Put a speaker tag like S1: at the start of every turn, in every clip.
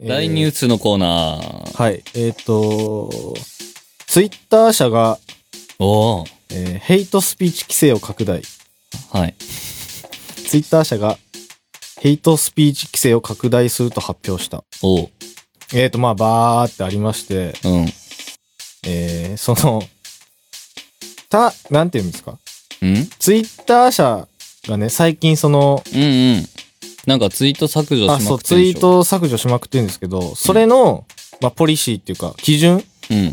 S1: 大ニュースのコーナー。
S2: はい。えっ、と、ツイッター社が、
S1: おー
S2: えーヘイトスピーチ規制を拡大。
S1: はい。
S2: ツイッター社が、ヘイトスピーチ規制を拡大すると発表した。
S1: おう。
S2: えっ、と、まあ、バーってありまして、
S1: うん。
S2: えーその、た、なんていうんですか。
S1: うん
S2: ツイッター社がね、最近その、
S1: うんうん。なんかツイート削除しま
S2: あ、
S1: くってんでし
S2: そ
S1: ょ
S2: う、ツイー。ト削除しまくってるんですけど、それの、まあ、ポリシーっていうか、基準
S1: うん。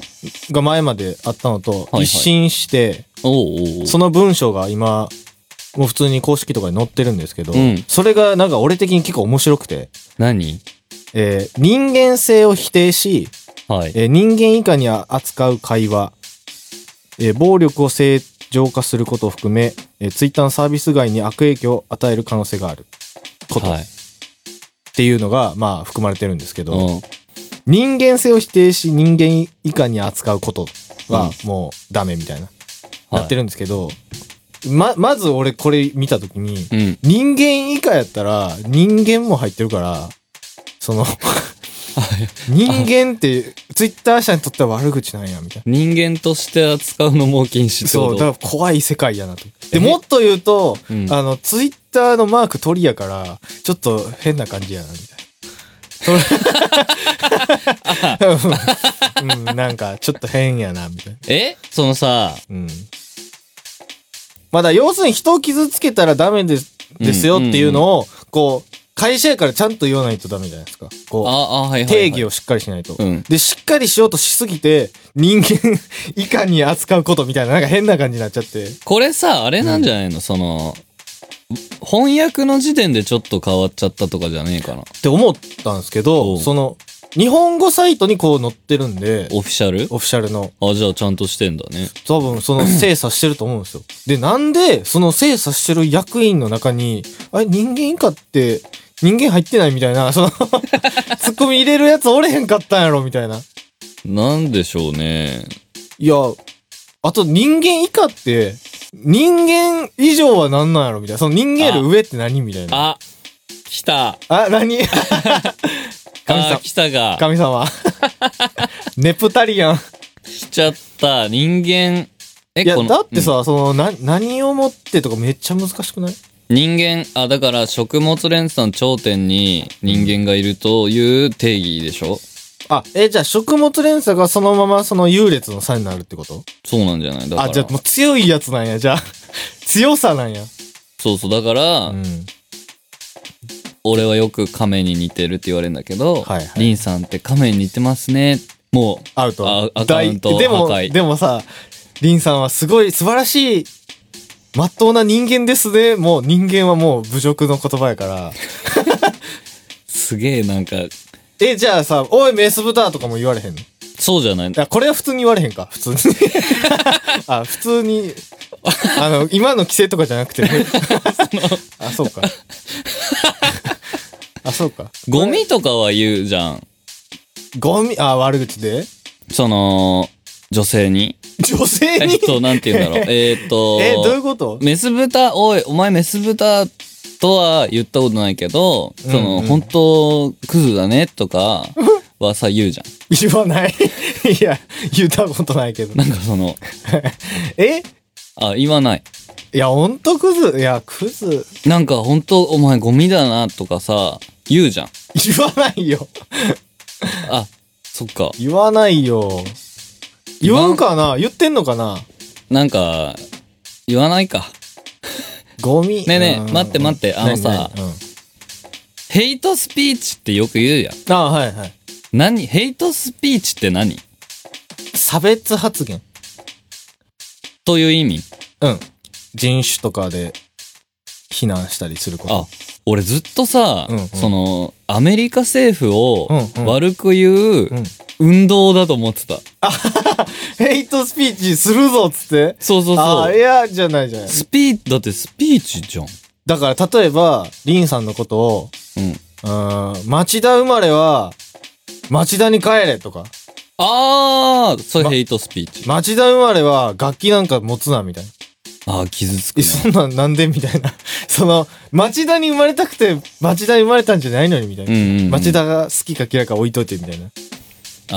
S2: が前まであったのと
S1: は、いはい
S2: 一新して、
S1: おうおうおう。
S2: その文章が今、もう普通に公式とかに載ってるんですけど、
S1: うん
S2: それがなんか俺的に結構面白くて、
S1: 何
S2: えー人間性を否定し、
S1: はい。
S2: えー人間以下に扱う会話、えー暴力を正常化することを含め、えー、ツイッターのサービス外に悪影響を与える可能性があること
S1: は
S2: っ
S1: い。
S2: ていうのが、まあ含まれてるんですけど、
S1: うん。
S2: 人間性を否定し人間以下に扱うこと
S1: う
S2: は
S1: ん
S2: もうダメみたいな、
S1: はい
S2: なってるんですけど、ま、まず俺これ見た時に、
S1: うん。
S2: 人間以下やったら人間も入ってるから、その、人間ってツイッター社にとっては悪口なんやみたいな。
S1: 人間として扱うのも禁止って
S2: そう、
S1: こ
S2: だから
S1: と
S2: 怖い世界やなと。で、
S1: え
S2: もっと言うと、
S1: うん
S2: あの、ツイッターのマーク鳥やから、ちょっと変な感じやな、みたいな。それ うん、うんなんか、ちょっと変やな、みたいな。
S1: えそのさ、
S2: うん。まあだから要するに人を傷つけたらダメですですよっていうのを、こう、会社やからちゃんと言わないとダメじゃないですか。
S1: あ
S2: こ、
S1: あ、はいうはいはい。
S2: 定義をしっかりしないと。
S1: うん
S2: で、しっかりしようとしすぎて、人間 以下に扱うことみたいな、なんか変な感じになっちゃって。
S1: これさ、あれなんじゃないのその、翻訳の時点でちょっと変わっちゃったとかじゃねえかな。
S2: って思ったんですけ
S1: お
S2: ど、
S1: う
S2: その、日本語サイトにこう載ってるんで、
S1: オフィシャル
S2: オフィシャルの。
S1: あ、じゃあちゃんとしてんだね。
S2: 多分その精査してると思うん ですよ。で、なんで、その精査してる役員の中に、あれ、人間以下って、人間入ってないみたいな、そ の、ツッコミ入れるやつおれへんかったんやろ、みたいな。
S1: なんでしょうね。
S2: いや、あと人間以下って、人間以上は何なんやろ、みたいな。その人間より上って何みたいな。
S1: あ、来た。
S2: あ、何 神
S1: あ
S2: 様、
S1: 来たが。
S2: 神様。 ネプタリアン。
S1: 来ちゃった。人間。え
S2: いや、
S1: この
S2: だって
S1: うん
S2: さ、その、な、何をもってとかめっちゃ難しくない
S1: 人間、あ、だから食物連鎖の頂点に人間がいるという定義でしょ
S2: あ、え、じゃあ食物連鎖がそのままその優劣の差になるってこと
S1: そうなんじゃないだから。
S2: あ、じゃあもう強いやつなんや、じゃあ。 強さなんや。
S1: そうそう。だから、
S2: うん。
S1: 俺はよく亀に似てるって言われるんだけど、
S2: はいはい
S1: リンさんって亀に似てますね。も
S2: アウト。
S1: あアカウント
S2: 大でも、
S1: 破壊
S2: でもさ、リンさんはすごい素晴らしい、まっとうな人間ですね。もう人間はもう侮辱の言葉やから。
S1: う、すげえなんか、
S2: え、じゃあさ、おい、メス豚とかも言われへんのい
S1: そうじゃない
S2: や、これは普通に言われへんか。普 通に。あ、普通に。あの、今の規制とかじゃなく て、ね、あ、そうか。あ、そうか。
S1: ゴミとかは言うじゃん。
S2: ゴミ、あ、悪口で
S1: その、女 性に。
S2: 女性
S1: え
S2: に
S1: っと、なんて言うんだろう。えーっと、
S2: え、どういうこと
S1: メス豚、おい、お前メス豚とは言ったことないけど、そ
S2: うん
S1: の、
S2: うん
S1: 本当クズだねとかはさ、言うじゃん。
S2: 言わない。いや、言ったことないけど。
S1: なんかその、
S2: え
S1: あ、言わない。
S2: いや、ほんとクズ。いや、クズ。
S1: なんか本当お前ゴミだなとかさ、言うじゃん。
S2: 言わないよ。
S1: あ、そっか。
S2: 言わないよ。言わんかな言ってんのかな
S1: なんか、言わないか。
S2: ゴミ。
S1: ねえねえ
S2: うん
S1: 待って待ってあのさ
S2: ないないうん
S1: ヘイトスピーチってよく言うやん。
S2: あ、はいはい。
S1: 何ヘイトスピーチって何
S2: 差別発言。
S1: という意味。
S2: うん。人種とかで、非難したりすること。
S1: あ、俺ずっとさ、
S2: うんうん
S1: その、アメリカ政府を
S2: うんうん
S1: 悪く言う
S2: うん。
S1: 運動だと思ってた。
S2: ヘイトスピーチするぞっつって。
S1: そうそう
S2: あ
S1: そ
S2: あ、
S1: う
S2: い。や、じゃないじゃない。
S1: スピーチ、だってスピーチじゃん。
S2: だから、例えば、リンさんのことを、
S1: うん。
S2: うーん、町田生まれは、町田に帰れとか、
S1: あー、それ
S2: ま
S1: ヘイトスピーチ。
S2: 町田生まれは楽器なんか持つなみたいな。
S1: ああ、傷つ
S2: え、
S1: くね。
S2: そんなんなんでみたいな。 その、町田に生まれたくて、町田に生まれたんじゃないのに、みたいな。
S1: うんうんうん
S2: 町田が好きか嫌いか置いといて、みたいな。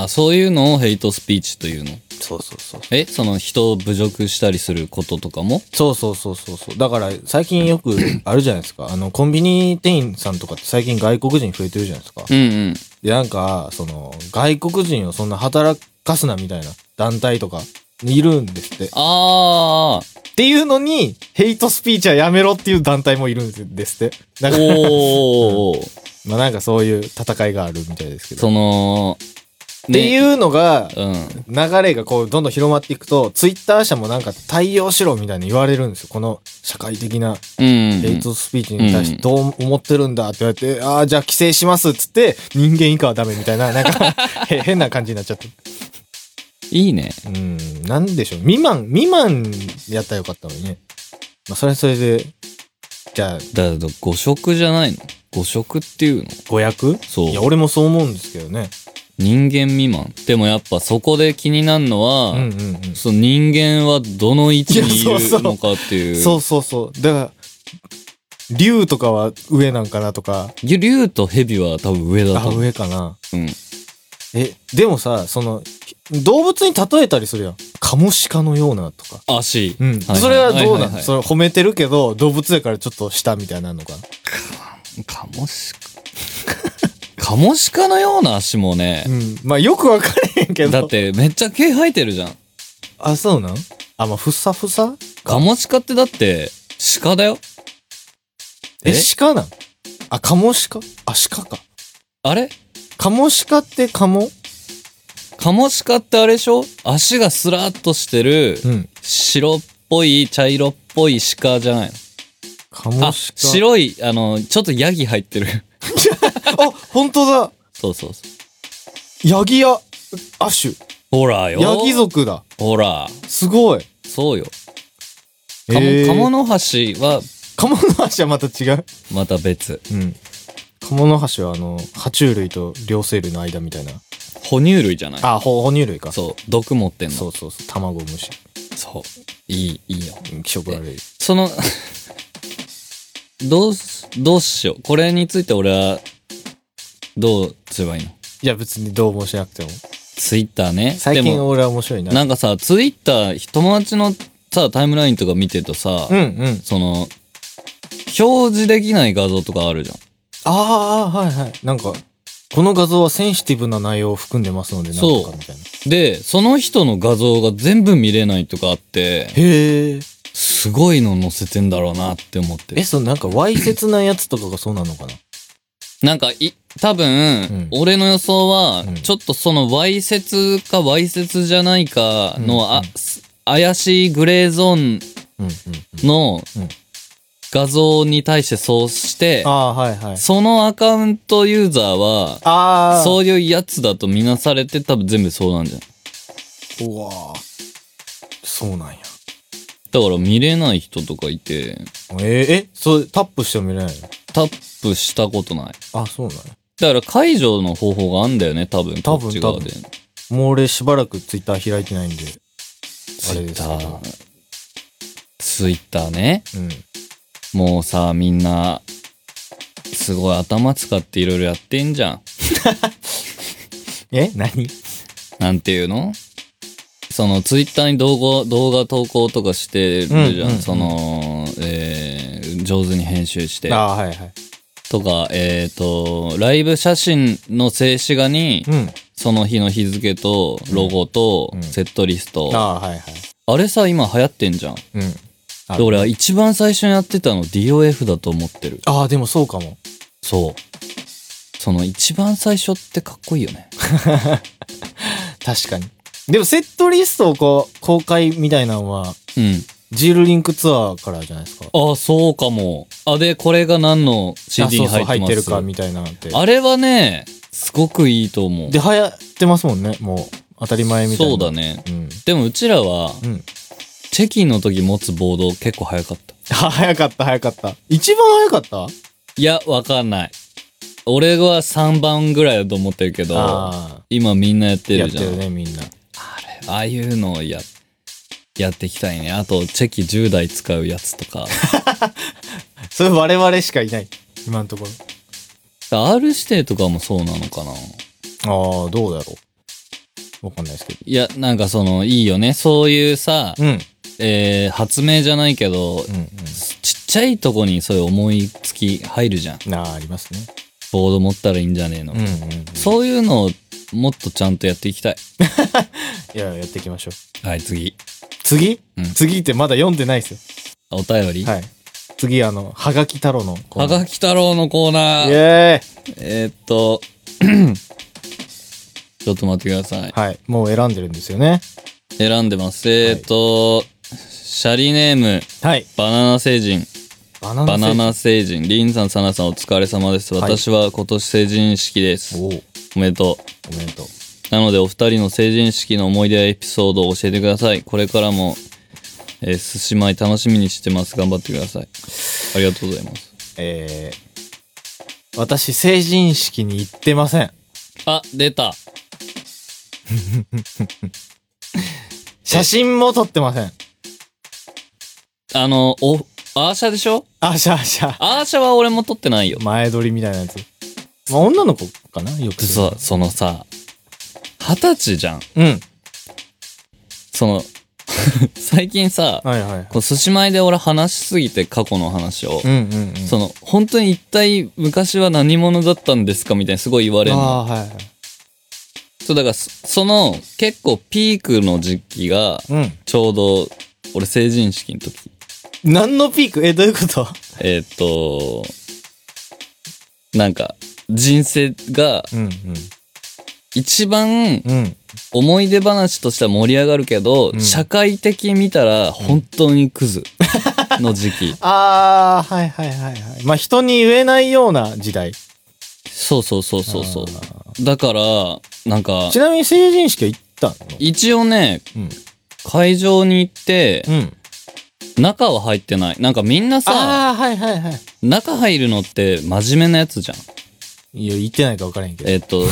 S1: あ、そういうのをヘイトスピーチというの。
S2: そうそうそう。
S1: え、その人を侮辱したりすることとかも
S2: そうそうそうそうそう。だから、最近よ くあるじゃないですか。あの、コンビニ店員さんとかって最近外国人増えてるじゃないですか。
S1: うんうん。
S2: で、なんか、その、外国人をそんな働かすな、みたいな団体とか、いるんですって。
S1: ああ、
S2: っていうのに、ヘイトスピーチはやめろっていう団体もいるんですって。なんか、
S1: お ー。
S2: まあなんかそういう戦いがあるみたいですけど。
S1: その、
S2: っ
S1: ね
S2: ていうのが、
S1: うん。
S2: 流れがこう、どんどん広まっていくと、ツイッター社もなんか対応しろみたいに言われるんですよ。この社会的な
S1: うん、うん。
S2: ヘイトスピーチに対してどう思ってるんだって言われて、ああ、じゃあ規制しますっつって、人間以下はダメみたいな、なんか へ変な感じになっちゃって。
S1: いいね。
S2: うん、なんでしょう。未満、未満やったらよかったのにね。まあそれはそれで、じゃあ、
S1: だけど、誤食じゃないの誤食っていうの
S2: 誤訳
S1: そう
S2: いや、俺もそう思うんですけどね。
S1: 人間未満。でもやっぱそこで気になるのは、
S2: うんうんうん。
S1: その人間はどの位置にい
S2: いやそうそう
S1: るのかっていう。
S2: そうそうそう。だから、竜とかは上なんかなとか、
S1: 竜と蛇は多分上だと
S2: あ、
S1: 思う。
S2: 上かな。
S1: うん。
S2: え、でもさ、その、ひ動物に例えたりするやん。カモシカのようなとか。
S1: 足。
S2: うん。
S1: いい
S2: それはどうなの、
S1: いいい
S2: それ褒めてるけど、動物やからちょっと下みたいなのか。
S1: カモシカ。 カモシカのような足もね
S2: う、ん。まあよくわかれへんけど。
S1: だっ。てめっちゃ毛生えてるじゃん。
S2: あ、そうなんあ、まあ、ふさふさ
S1: カモシカってだって鹿だよ。
S2: え、
S1: え
S2: 鹿なんあ、カモシカあ、鹿か。
S1: あれ
S2: カモシカってカモ
S1: カモシカってあれでしょ足がスラーっとしてる、
S2: うん。
S1: 白っぽい、茶色っぽい鹿じゃないの
S2: カモ
S1: あ、
S2: シカ。
S1: 白い、あの、ちょっとヤギ入ってる。
S2: あ、本当だ。
S1: そうそうそう。
S2: ヤギや、アシュ。
S1: ほらよ。
S2: ヤギ族だ。
S1: ほら。
S2: すごい。
S1: そうよ。
S2: へ
S1: カモ
S2: ー
S1: カモノハシは
S2: カモノハシはまた違う。
S1: また別。
S2: うん。カモノハシはあの、爬虫類と両生類の間みたいな。
S1: 哺乳類じゃない
S2: あ、ほ哺乳類か。
S1: そう。毒持ってんの。
S2: そうそうそう。卵虫。
S1: そう。いい、いいよ。
S2: うん気色悪い。
S1: その、 どうす、どうしよう。これについて俺は、どうすればいいの
S2: いや、別にどうもしなくても。
S1: ツイッターね。
S2: 最
S1: で
S2: 近
S1: も、
S2: 俺は面白いな。
S1: なんかさ、ツイッター、友達のさ、タイムラインとか見てるとさ、
S2: うんうん。
S1: その、表示できない画像とかあるじゃん。
S2: ああ、はいはい。なんか、この画像はセンシティブな内容を含んでますので、なんとかみたいな。
S1: で、その人の画像が全部見れないとかあって、
S2: へえ。
S1: すごいの載せてんだろうなって思って
S2: え、。そのなんか、わいせつなやつとかがそうなのかな
S1: なんか、い、多分、
S2: ん
S1: 俺の予想は、
S2: うん
S1: ちょっとその、わいせつかわいせつじゃないかの、
S2: うんう
S1: あ
S2: ん、
S1: す怪しいグレーゾー
S2: うんうん
S1: ンの
S2: うん
S1: 画像に対してそうして、
S2: ああ、はいはい。
S1: そのアカウントユーザーは、
S2: ああ。
S1: そういうやつだとみなされて多分全部そうなんじゃん。
S2: うわーそうなんや。
S1: だから見れない人とかいて、
S2: えー、え、そう、タップしても見れないの
S1: タップしたことない。
S2: あ、そうなんや。
S1: だから解除の方法があんだよね、多分。
S2: 多分
S1: こっち側で。
S2: 多もう俺しばらくツイッター開いてないんで。
S1: ツイ
S2: あれで
S1: ッ
S2: す
S1: タ
S2: けど
S1: ー。ツイッターね。
S2: うん。
S1: もうさ、みんな、すごい頭使っていろいろやってんじゃん。
S2: え何
S1: なんていうのその、ツイッターに動画、動画投稿とかしてるじゃん。
S2: うんうんうん
S1: その、えー、上手に編集して。
S2: ああー、はいはい。
S1: とか、えっ、と、ライブ写真の静止画に、
S2: うん。
S1: その日の日付と、ロゴと
S2: うん、
S1: セットリスト。
S2: ああー、はいはい。
S1: あれさ、今流行ってんじゃん。
S2: うん。あ
S1: で俺は一番最初にやってたの DOF だと思ってる。
S2: ああ、でもそうかも。
S1: そう。その一番最初ってかっこいいよね。
S2: 確かに。でもセットリストをこう、公開みたいなのは、
S1: うん。
S2: ジールリンクツアーからじゃないですか。
S1: ああ、そうかも。あ、で、これが何の CD に入ってま
S2: あ
S1: す
S2: そうそう入ってるかみたいなのって。
S1: あれはね、すごくいいと思う。
S2: で、流行ってますもんね。もう、当たり前みたいな。
S1: そうだね。
S2: うん。
S1: でもうちらは、
S2: うん。
S1: チェキンの時持つボード結構早かった。
S2: あ早かった、早かった。一番早かった
S1: いや、わかんない。俺は3番ぐらいだと思ってるけど、
S2: ああ。
S1: 今みんなやって
S2: や
S1: る
S2: っ
S1: じ
S2: て
S1: ゃん。
S2: るね、みんな。
S1: あれ、ああいうのをや、やっていきたいね。あと、チェキ10台使うやつとか。
S2: それ我々しかいない。今のとこ
S1: R 指定とかもそうなのかな
S2: ろ。ああ、どうだろう。わかんないですけど。
S1: いや、なんかその、いいよね。そういうさ、
S2: うん。うん
S1: えー、発明じゃないけど、
S2: う
S1: ちっちゃいとこにそういう思いつき入るじゃん。
S2: ん。ああ、ありますね。
S1: ボード持ったらいいんじゃねえの。
S2: うんうん。
S1: そういうのをもっとちゃんとやっていきたい。
S2: いや、やっていきましょう。
S1: はい、次。
S2: 次、
S1: うん
S2: 次ってまだ読んでないです
S1: お便り。
S2: よ。はい。次、あの、はがき太郎のコ
S1: は
S2: ーナー。
S1: がき太郎のコーナ
S2: イ
S1: ー。
S2: エー
S1: えーっと、 ちょっと待ってください。
S2: イはい。もう選んでるんですよね。
S1: 選んでます。えーっと、シャリネーム、
S2: はい。
S1: バナナ星人。
S2: バナナ
S1: バナ
S2: ナ。
S1: ナ星人。リンさん、サナさん、お疲れ様です。
S2: はい
S1: 私は今年成人式です。
S2: おお。
S1: おめでとう。
S2: おめでとう。
S1: なので、お二人の成人式の思い出やエピソードを教えてください。これからも、えー、寿司米楽しみにしてます。頑張ってください。ありがとうございます。
S2: えー、私、成人式に行ってません。
S1: あ、出た。
S2: 写真も撮ってません。
S1: あの、お、アーシャでしょ
S2: あ、しゃあしゃあ。
S1: アーシャは俺も撮ってないよ。
S2: 前撮りみたいなやつ。まあ、女の子かなよく。
S1: そう、そのさ、二十歳じゃん。
S2: う。うん。
S1: その、 最近さ、
S2: はいはい。
S1: こう寿司米で俺話しすぎて過去の話を、
S2: うんうんうん。
S1: その、本当に一体昔は何者だったんですかみたいにすごい言われるの。
S2: ああー、はいはい。
S1: そう、だからそ、その、結構ピークの時期が、
S2: うん。
S1: ちょうど、俺成人式の時。
S2: 何のピークえ、どういうこと
S1: えーっ、と、なんか、人生が
S2: うんうん。
S1: 一番
S2: うん。
S1: 思い出話としては盛り上がるけど、
S2: ん
S1: 社会的に見たら本当にクズの時 期。
S2: ああ、はいはいはいはい。まあ、人に言えないような時代。
S1: そうそうそうそうそ
S2: あ
S1: う。だから、なんか
S2: ち、なみに成人式は行ったの
S1: 一応ね、
S2: うん。
S1: 会場に行って、
S2: うん。
S1: 中は入ってない。なんかみんなさ、
S2: ああ、はいはいはい。
S1: 中入るのって真面目なやつじゃん。
S2: いや、行ってないか分からへんけど。
S1: えー っと、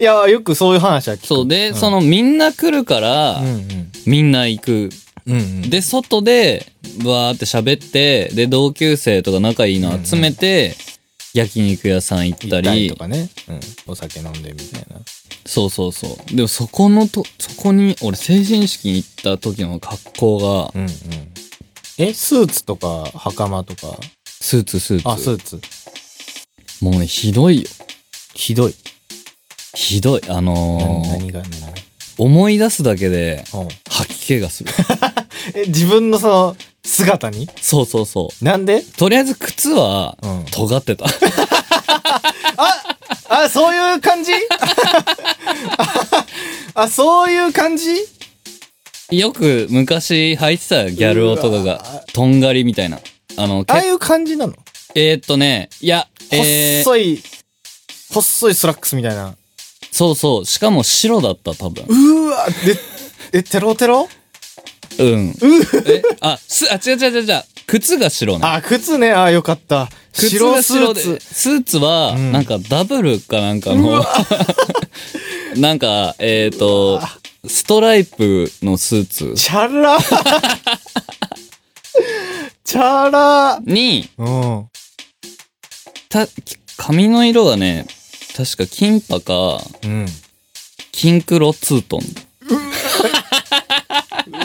S2: いや、よくそういう話は聞く。
S1: そう。で、
S2: ん
S1: そ、のみんな来るから、
S2: うんうん。
S1: みんな行く。
S2: うんうん。
S1: で、外で、わーって喋って、で、同級生とか仲いいの集めて、焼肉屋さん行っ
S2: 行
S1: た
S2: っ
S1: り、
S2: たりとかね。うん。お酒飲んでみたいな。
S1: そうそうそう。でもそこのと、そこに、俺成人式に行った時の格好が、
S2: うんうん。え、スーツとか、袴とか。
S1: スーツスーツ。
S2: あ、スーツ。
S1: もうね、ひどいよ。
S2: ひどい。
S1: ひどい。あの
S2: 何何
S1: ー
S2: が何が
S1: 思い出すだけで、
S2: うん
S1: 吐き気 がする。
S2: え、自分のその、姿に
S1: そうそうそ
S2: なんで
S1: う。とりあえず靴は、
S2: うん
S1: 尖ってた。
S2: あ、そういう感 じあ、そういう感じ
S1: よく昔履いてたギャル男
S2: う
S1: が
S2: わ、
S1: とんがりみたいな。あの、け
S2: ああいう感じなの
S1: えー、っとね、いや、えー、
S2: 細い、細いスラックスみたいな。
S1: そうそう、しかも白だった、多分。
S2: うーわで、え、テロテロ
S1: うん。え、あ、す、あ、違う違う違う違う。靴が白ね。
S2: あ、靴ね。あ、よかった。
S1: 靴
S2: 白
S1: が
S2: スー
S1: で
S2: ツ。
S1: スーツは、
S2: うん
S1: なんかダブルかなんかの、 なんか、えー、っと、ストライプのスーツ
S2: チャラ チャラ
S1: に、
S2: うん。
S1: た、き髪の色がね、確か金パか、
S2: うん。
S1: 金黒ツートン。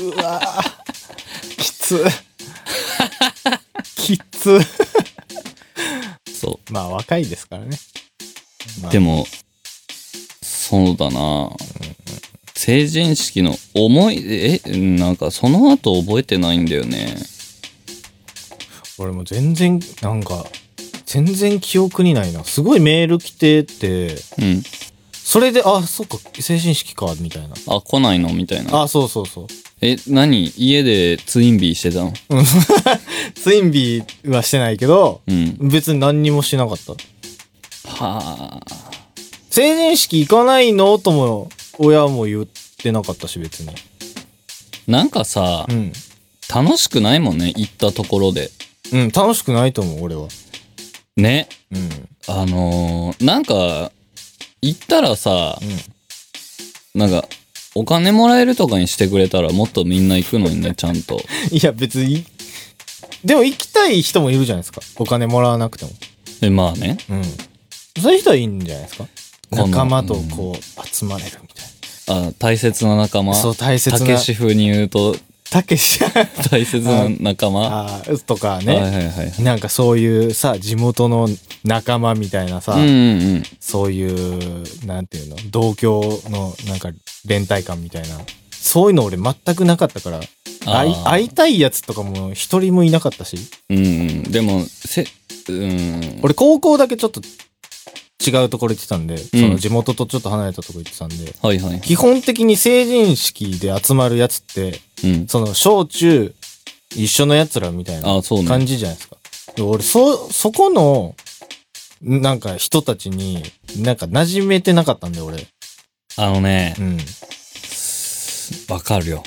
S2: うわき つ。きつ。
S1: そう。
S2: まあ、若いですからね。まあ
S1: でも、そうだな成人式の思い出、え、なんかその後覚えてないんだよね。
S2: 俺も全然なんか全然記憶にないなすごいメール来てて
S1: うん。
S2: それであそっか成人式かみたいな
S1: あ、来ないのみたいな。
S2: あそうそうそう
S1: え、何家でツインビーしてたの
S2: ツインビーはしてないけど
S1: うん。
S2: 別に何にもしなかった
S1: はあ。
S2: 成人式行かないのとも親も言ってなかったし別に
S1: なんかさ
S2: う、ん
S1: 楽しくないもんね。行ったところで。
S2: うん楽しくないと思う俺は
S1: ね。
S2: うん
S1: あのー、なんか、行ったらさ
S2: う、ん
S1: なんか、お金もらえるとかにしてくれたらもっとみんな行く のにね、ちゃんと。
S2: いや、別に。でも行きたい人もいるじゃないですか。お金もらわなくても。
S1: で、まあね。
S2: うん。そういう人はいいんじゃないですか。
S1: この
S2: 仲間とこう、集まれるみたい
S1: あ大切な仲間。
S2: な。そう、大切
S1: たけ
S2: な。
S1: し風に言 うと、
S2: たけ し。
S1: 大切な仲間。
S2: あーとか
S1: はい
S2: ね。
S1: はいはい。
S2: なんかそういうさ、地元の仲間みたいなさ、
S1: うんうんうん。
S2: そういう、なんていうの、同郷のなんか連帯感みたいな。そういうの俺全くなかったから、
S1: あ
S2: 会い
S1: ー
S2: 会いたいやつとかも一人もいなかったし、
S1: うんうん。でも、せ、うん。
S2: 俺高校だけちょっと違うところ行ってたんで、その地元とちょっと離れたところ行ってたんで、
S1: はいはい。
S2: 基本的に成人式で集まるやつって、
S1: うん。
S2: その小中一緒のやつらみたいな
S1: あそうね
S2: 感じじゃないですか。で俺、そ、そこの、なんか人たちに、なんか馴染めてなかったんで、俺。
S1: あのね
S2: う、ん。
S1: わかるよ。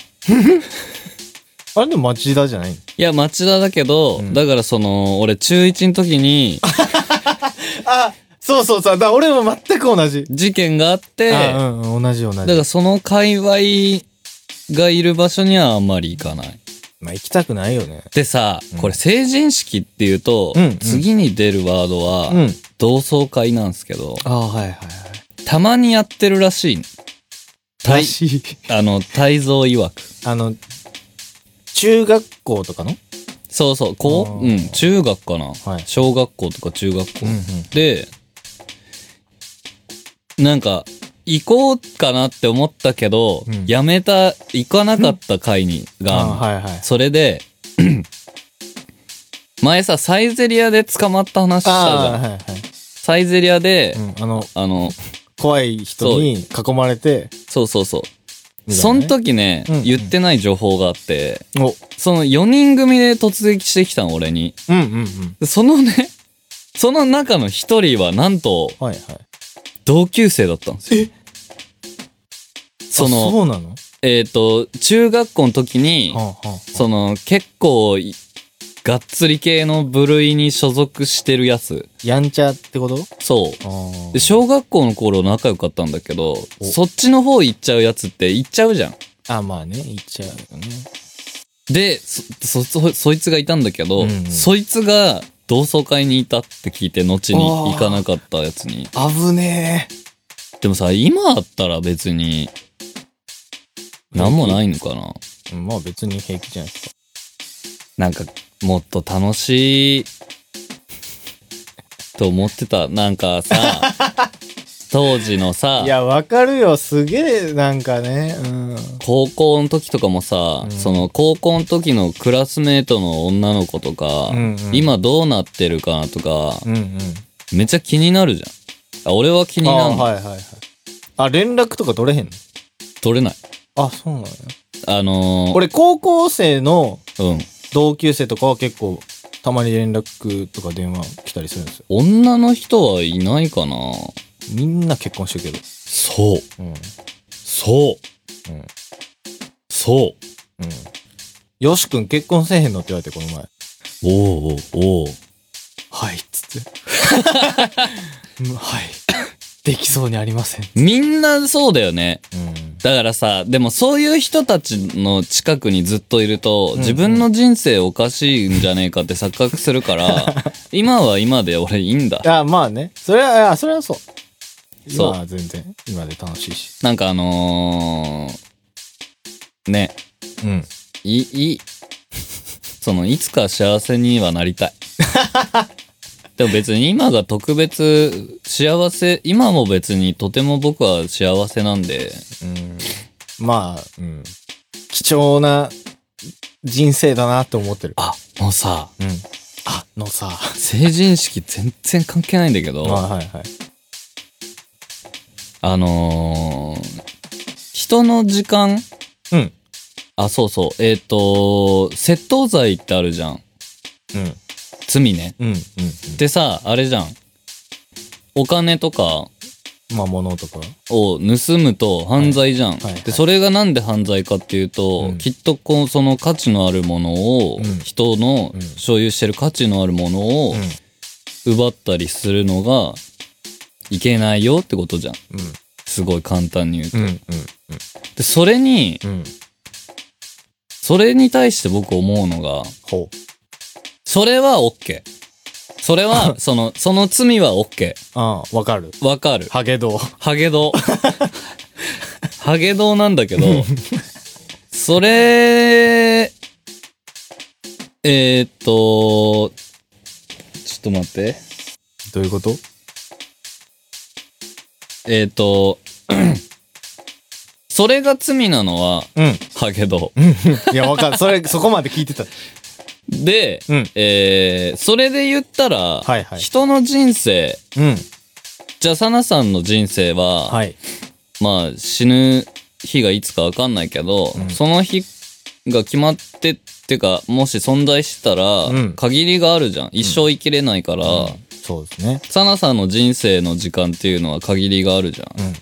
S2: あれでも町田じゃない
S1: いや、町田だけど、
S2: うん
S1: だからその、俺中1の時に、
S2: あ、そうそうそう。だから俺も全く同じ。
S1: 事件があって、
S2: あうんうん、同じ同じ。
S1: だからその界隈がいる場所にはあんまり行かない。
S2: まあ行きたくないよね。
S1: でさ
S2: うん、
S1: これ成人式っていうと、
S2: うんうん
S1: 次に出るワードは、
S2: うん。
S1: 同窓会なんですけど、
S2: あはいはいはい。
S1: たまにやってるらしい。たい
S2: らしい。
S1: あの、泰造曰く。
S2: あの、中学校とかの
S1: そうそう、こ
S2: あ
S1: うう
S2: ー
S1: ん、中学かな、
S2: はい
S1: 小学校とか中学校。
S2: うんうん
S1: で、なんか、行こうかなって思ったけど、
S2: うん
S1: やめた、行かなかった回に、があ
S2: あ
S1: んの、
S2: はいはい。
S1: それで、 前さ、サイゼリアで捕まった話したじ
S2: あ
S1: ゃ
S2: あ、
S1: ん。
S2: はいはい。
S1: サイゼリアで、
S2: うん、あの、
S1: あの、
S2: 怖い人に囲まれて、
S1: そうそうそう。
S2: みたいなね
S1: その時ね、
S2: うんうん
S1: 言ってない情報があって、
S2: お、
S1: その4人組で突撃してきたの、俺に。
S2: うんうんうん。
S1: でそのね、 その中の一人はなんと
S2: はいはい。
S1: 同級生だったんですよ。そ
S2: あ
S1: の、
S2: そうなのは
S1: えっ、と、中学校の時に
S2: あ、は
S1: その結構い、がっつり系の部類に所属してるやつ。
S2: あやんちゃってこと
S1: そう。
S2: あー
S1: で小学校の頃仲良かったんだけど
S2: お
S1: そっちの方行っちゃうやつって行っちゃうじゃん。
S2: あ、まあね、言っちゃうよね。
S1: でそそそそいつがいたんだけど、
S2: うんうん
S1: そいつが同窓会にいたって聞いて後に
S2: あー
S1: 行かなかったやつに。
S2: 危ね
S1: でもさ今あったら別に何もないのかな。
S2: え。まあ別に平気じゃないですか。
S1: なんかもっと楽しいと思ってたなんか さ当時のさ
S2: いや、わかるよ。すげえ、なんかね。うん。
S1: 高校の時とかも
S2: う
S1: さ、
S2: ん
S1: その高校の時のクラスメートの女の子とか、
S2: うんうん
S1: 今どうなってるかなとか、
S2: うんうん。
S1: めっちゃ気になるじゃん。あ俺は気に
S2: あ
S1: なる、
S2: ーはいはいはい。あ、連絡とか取れへんの
S1: 取れない。
S2: あ、そうなの、ね、
S1: あのー、
S2: 俺、高校生の
S1: うん。
S2: 同級生とかは結構、たまに連絡とか電話来たりするんですよ。
S1: 女の人はいないかな
S2: みんな結婚してるけ
S1: そう。
S2: ど。うん。
S1: そう。
S2: うん。
S1: そう。
S2: うん。よしくん結婚せえへんのって言われて、この前。
S1: おうおうおう
S2: はい、っつ って。うんはい。できそうにありません。
S1: みんなそうだよね。
S2: うん。
S1: だからさ、でもそういう人たちの近くにずっといると、
S2: ん
S1: 自分の人生おかしいんじゃねえかって錯覚する から、今は今で俺いいんだ。
S2: あまあね。それは、いやそれはそう。
S1: そう
S2: 今は全然、今で楽しいし。
S1: なんかあのー、ね、
S2: うん。
S1: い、い、その、いつか幸せにはなり たい。でも別に今が特別幸せ、今も別にとても僕は幸せなんで、
S2: うん。まあ、うん。貴重な人生だなって思ってる。
S1: あ、もうさ、
S2: うん。あのさ。
S1: 成人式全然関係ないんだけど、
S2: まあ、はいはい。
S1: あのー人の時間
S2: うん。
S1: あ、そうそう。えっ、と、窃盗罪ってあるじゃん。
S2: うん。
S1: 罪ね。
S2: うん。うん。
S1: でさ、あれじゃん。お金とか
S2: まあ、物とか。
S1: を盗むと犯罪じゃん。
S2: はいはい
S1: で、それがなんで犯罪かっていうと、
S2: うん
S1: きっとこう、その価値のあるものを、
S2: うん
S1: 人の
S2: うん
S1: 所有してる価値のあるものを
S2: うん。
S1: 奪ったりするのがいけないよってことじゃん。
S2: うん。
S1: すごい簡単に言うと。
S2: うん。うん。
S1: で、それに、
S2: うん。
S1: それに対して僕思うのが、
S2: ほう。
S1: それは OK。それは、その、その罪は OK。
S2: ああ、わかる。
S1: わかる。
S2: ハゲドウ。
S1: ハ ゲドウ。ハゲドウなんだけど、それ、えー、っと、ちょっと待って。
S2: どういうこと
S1: えー、っと、 それが罪なのは、
S2: うん。
S1: ハゲド
S2: いや、わかる。それ、そ こまで聞いてた。
S1: ウ。で、
S2: うん
S1: えー、それで言ったら、
S2: はいはい
S1: 人の人生、
S2: うん。
S1: じゃあサナさんの人生は、
S2: はい。
S1: まあ死ぬ日がいつかわかんないけど、
S2: うん
S1: その日が決まってってかもし存在したら、
S2: うん
S1: 限りがあるじゃん一生生きれないから、
S2: うんそうですね。
S1: サナさんの人生の時間っていうのは限りがあるじゃん、
S2: うん。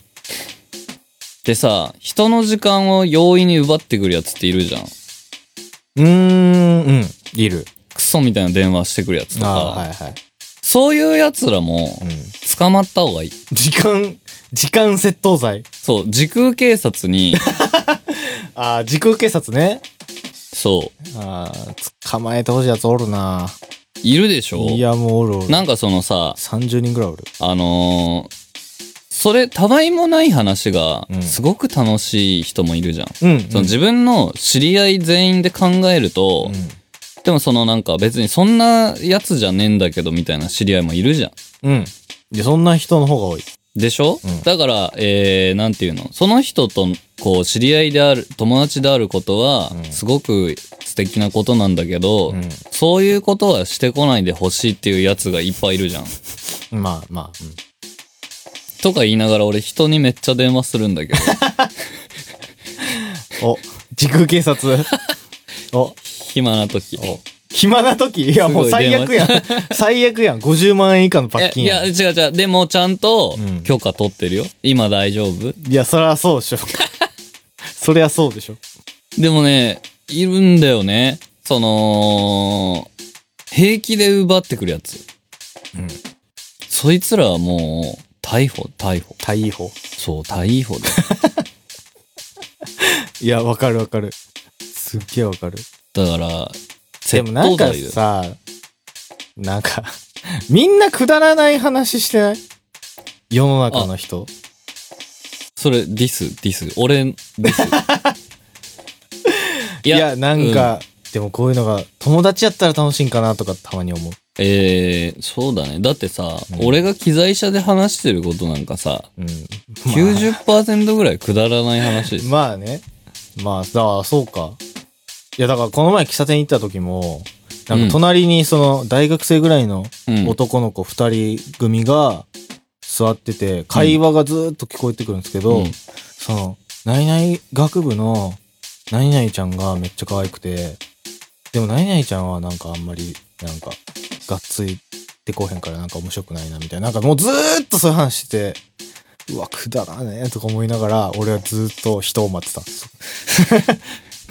S1: でさ人の時間を容易に奪ってくるやつっているじゃん
S2: うーん、うん。いる。
S1: クソみたいな電話してくるやつとか、
S2: ああー、はいはい。
S1: そういうやつらも
S2: うん。
S1: 捕まった方がいい
S2: 時間、時間窃盗罪。
S1: そう時空警 察に
S2: ああ、時空警察ね。
S1: そう
S2: ああ、捕まえてほしいやつおるな。
S1: いるでしょ
S2: いや、もうおるおる。
S1: なんかそのさ
S2: 30人ぐらいおる。
S1: あのーそれ、たわいもない話が
S2: う、ん
S1: すごく楽しい人もいるじゃん。
S2: うん。
S1: その自分の知り合い全員で考えると、でもそのなんか別にそんなやつじゃねえんだけどみたいな知り合いもいるじゃん。
S2: うん。うん。で、そんな人の方が多い。
S1: でしょ、
S2: うん
S1: だから、えー、なんていうのその人と、こう、知り合いである、友達であることは
S2: うん、
S1: すごく素敵なことなんだけど、
S2: う
S1: そういうことはしてこないでほしいっていうやつがいっぱいいるじゃん。
S2: ん。まあまあ。うん
S1: とか言いながら俺人にめっちゃ電話するんだけど。
S2: お、時空警 察。お、
S1: 暇な時。
S2: お。暇な時いや、
S1: すご
S2: も
S1: い
S2: う最悪やん。 最悪やん。50万円以下の罰
S1: え
S2: 金
S1: い
S2: や
S1: や、
S2: ん。
S1: 違
S2: いう
S1: 違う。でもちゃんと
S2: うん
S1: 許可取ってるよ。今大丈夫
S2: や、そりゃそうで しょ。そりゃそうでしょ。
S1: でもね、いるんだよね。その、平気で奪ってくるやつ。
S2: うん。
S1: そいつらはもう、逮捕、逮捕。
S2: 逮捕。
S1: そう、逮捕だよ。
S2: いや、わかるわかる。すっげえわかる。
S1: だから、
S2: で
S1: 窃
S2: もなん
S1: 盗
S2: か
S1: 罪だよ。
S2: さ、なんか、みんなくだらない話してない世の中の人。
S1: それ、ディス、ディス。俺、ディス。
S2: い
S1: い
S2: や、なんか、でもこういうのが、友達やったら楽しいんかなとかたまに思う。
S1: えー、そうだね。だってさ、
S2: うん
S1: 俺が機材車で話してることなんかさ、
S2: うん。
S1: 90%ぐらいくだらない話です。
S2: まあね。まあ、だからそうか。いや、だからこの前喫茶店行った時も、なんか隣にその大学生ぐらいの
S1: うん
S2: 男の子2人組が座ってて、会話がずーっと聞こえてくるんですけど、
S1: うん
S2: その、何々学部の何々ちゃんがめっちゃ可愛くて、でも何々ちゃんはなんかあんまり、なんか、がっついてこうへんからなんか面白くないなみたいな、なんかもうずーっとそういう話してて、うわ、くだらねえとか思いながら、俺はずーっと人を待ってたんですよ。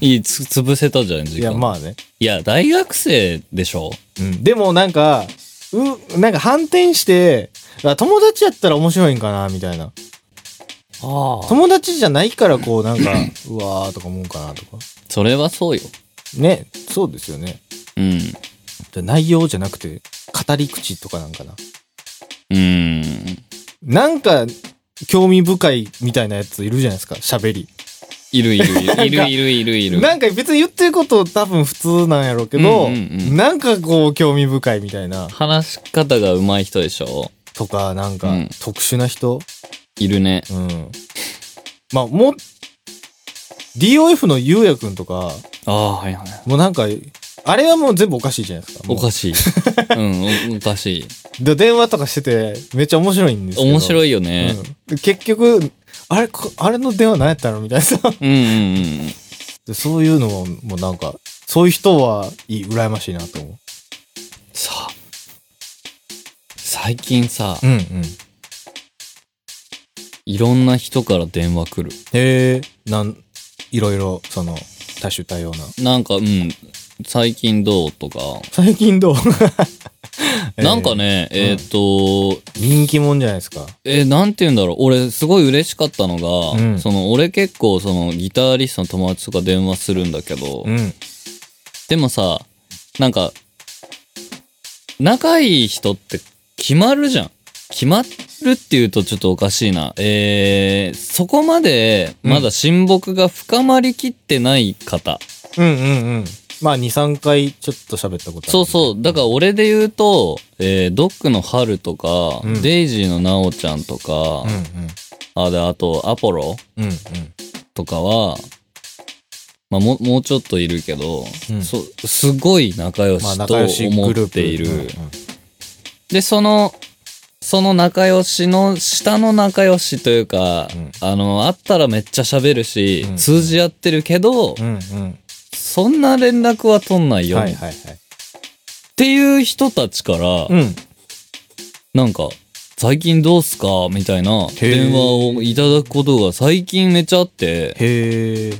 S1: いい、つ、潰せたじゃん、時間。
S2: いや、まあね。
S1: いや、大学生でしょ
S2: うん。でもなんか、う、なんか反転して、あ友達やったら面白いんかなみたいな。
S1: ああ。
S2: 友達じゃないからこうなんか、うわーとか思うかなとか。
S1: それはそうよ。
S2: ね、そうですよね。
S1: うん。
S2: で内容じゃなくて、語り口とかなんかな。
S1: うーん。
S2: なんか、興味深いみたいなやついるじゃないですか、喋り。
S1: いるいるいる。い
S2: なんか
S1: るいるいるいる。
S2: なんか別に言ってること多分普通なんやろうけど、
S1: うんうんうん
S2: なんかこう興味深いみたいな、
S1: 話し方が上手い人でしょ
S2: とかなんか
S1: うん
S2: 特殊な人、
S1: いるね。
S2: うん。まあもう、DOF のゆうやくんとか、
S1: ああ、はいはい。
S2: もうなんか、あれはもう全部おかしいじゃないですか。も
S1: お
S2: う
S1: かしい。うん、おおかしい。
S2: で電話とかしてて、めっちゃ面白いんですけど。
S1: 面白
S2: い、
S1: いよね。
S2: うん。結局、あれ、こあれの電話何やったのみたいなさ。
S1: うん、うん、うん。
S2: でそういうのも、もうなんか、そういう人はいい、羨ましいなと思う。
S1: さあ。最近さ、
S2: うんうん。
S1: いろんな人から電話来る。
S2: へえ、なん、いろいろ、その、多種多様な。
S1: なんか、うん、最近どうとか、
S2: 最近どう
S1: なんかね、えーっと、
S2: 人気者じゃないですか。
S1: えーなんて言うんだろう。俺、すごい嬉しかったの
S2: う
S1: が、
S2: ん
S1: その、俺結構、その、ギタリストの友達とか電話するんだけど、
S2: うん。
S1: でもさ、なんか、仲いい人って決まるじゃん。決まるっていうとちょっとおかしいな。えー、そこまで、まだ親睦が深まりきってない方。
S2: うんうんうん。まあ、2、3回ちょっと喋ったことある。
S1: そうそう。だから俺で言うと、えー、ドックの春とか、
S2: うん
S1: デイジーのなおちゃんとか、
S2: うん
S1: あ、で、あと、アポロ
S2: うん。うん
S1: とかは、まあ、もう、もうちょっといるけど、
S2: うん
S1: そすごい仲良
S2: うん。まあ、
S1: しと
S2: 仲良し
S1: 思
S2: グルー
S1: っ
S2: プ。
S1: ている。
S2: うんうん
S1: で、その、その仲良しの下の仲良しというか、
S2: うん
S1: あの、会ったらめっちゃ喋るし、
S2: うん
S1: 通じ合ってるけど、
S2: うんうん。
S1: そんな連絡は取んないよ、
S2: はい
S1: っ
S2: はいはい。
S1: ていう人たちから、
S2: うん。
S1: なんか、最近どうすかみたいな
S2: ー
S1: 電話をいただくことが最近めっちゃあって、
S2: へ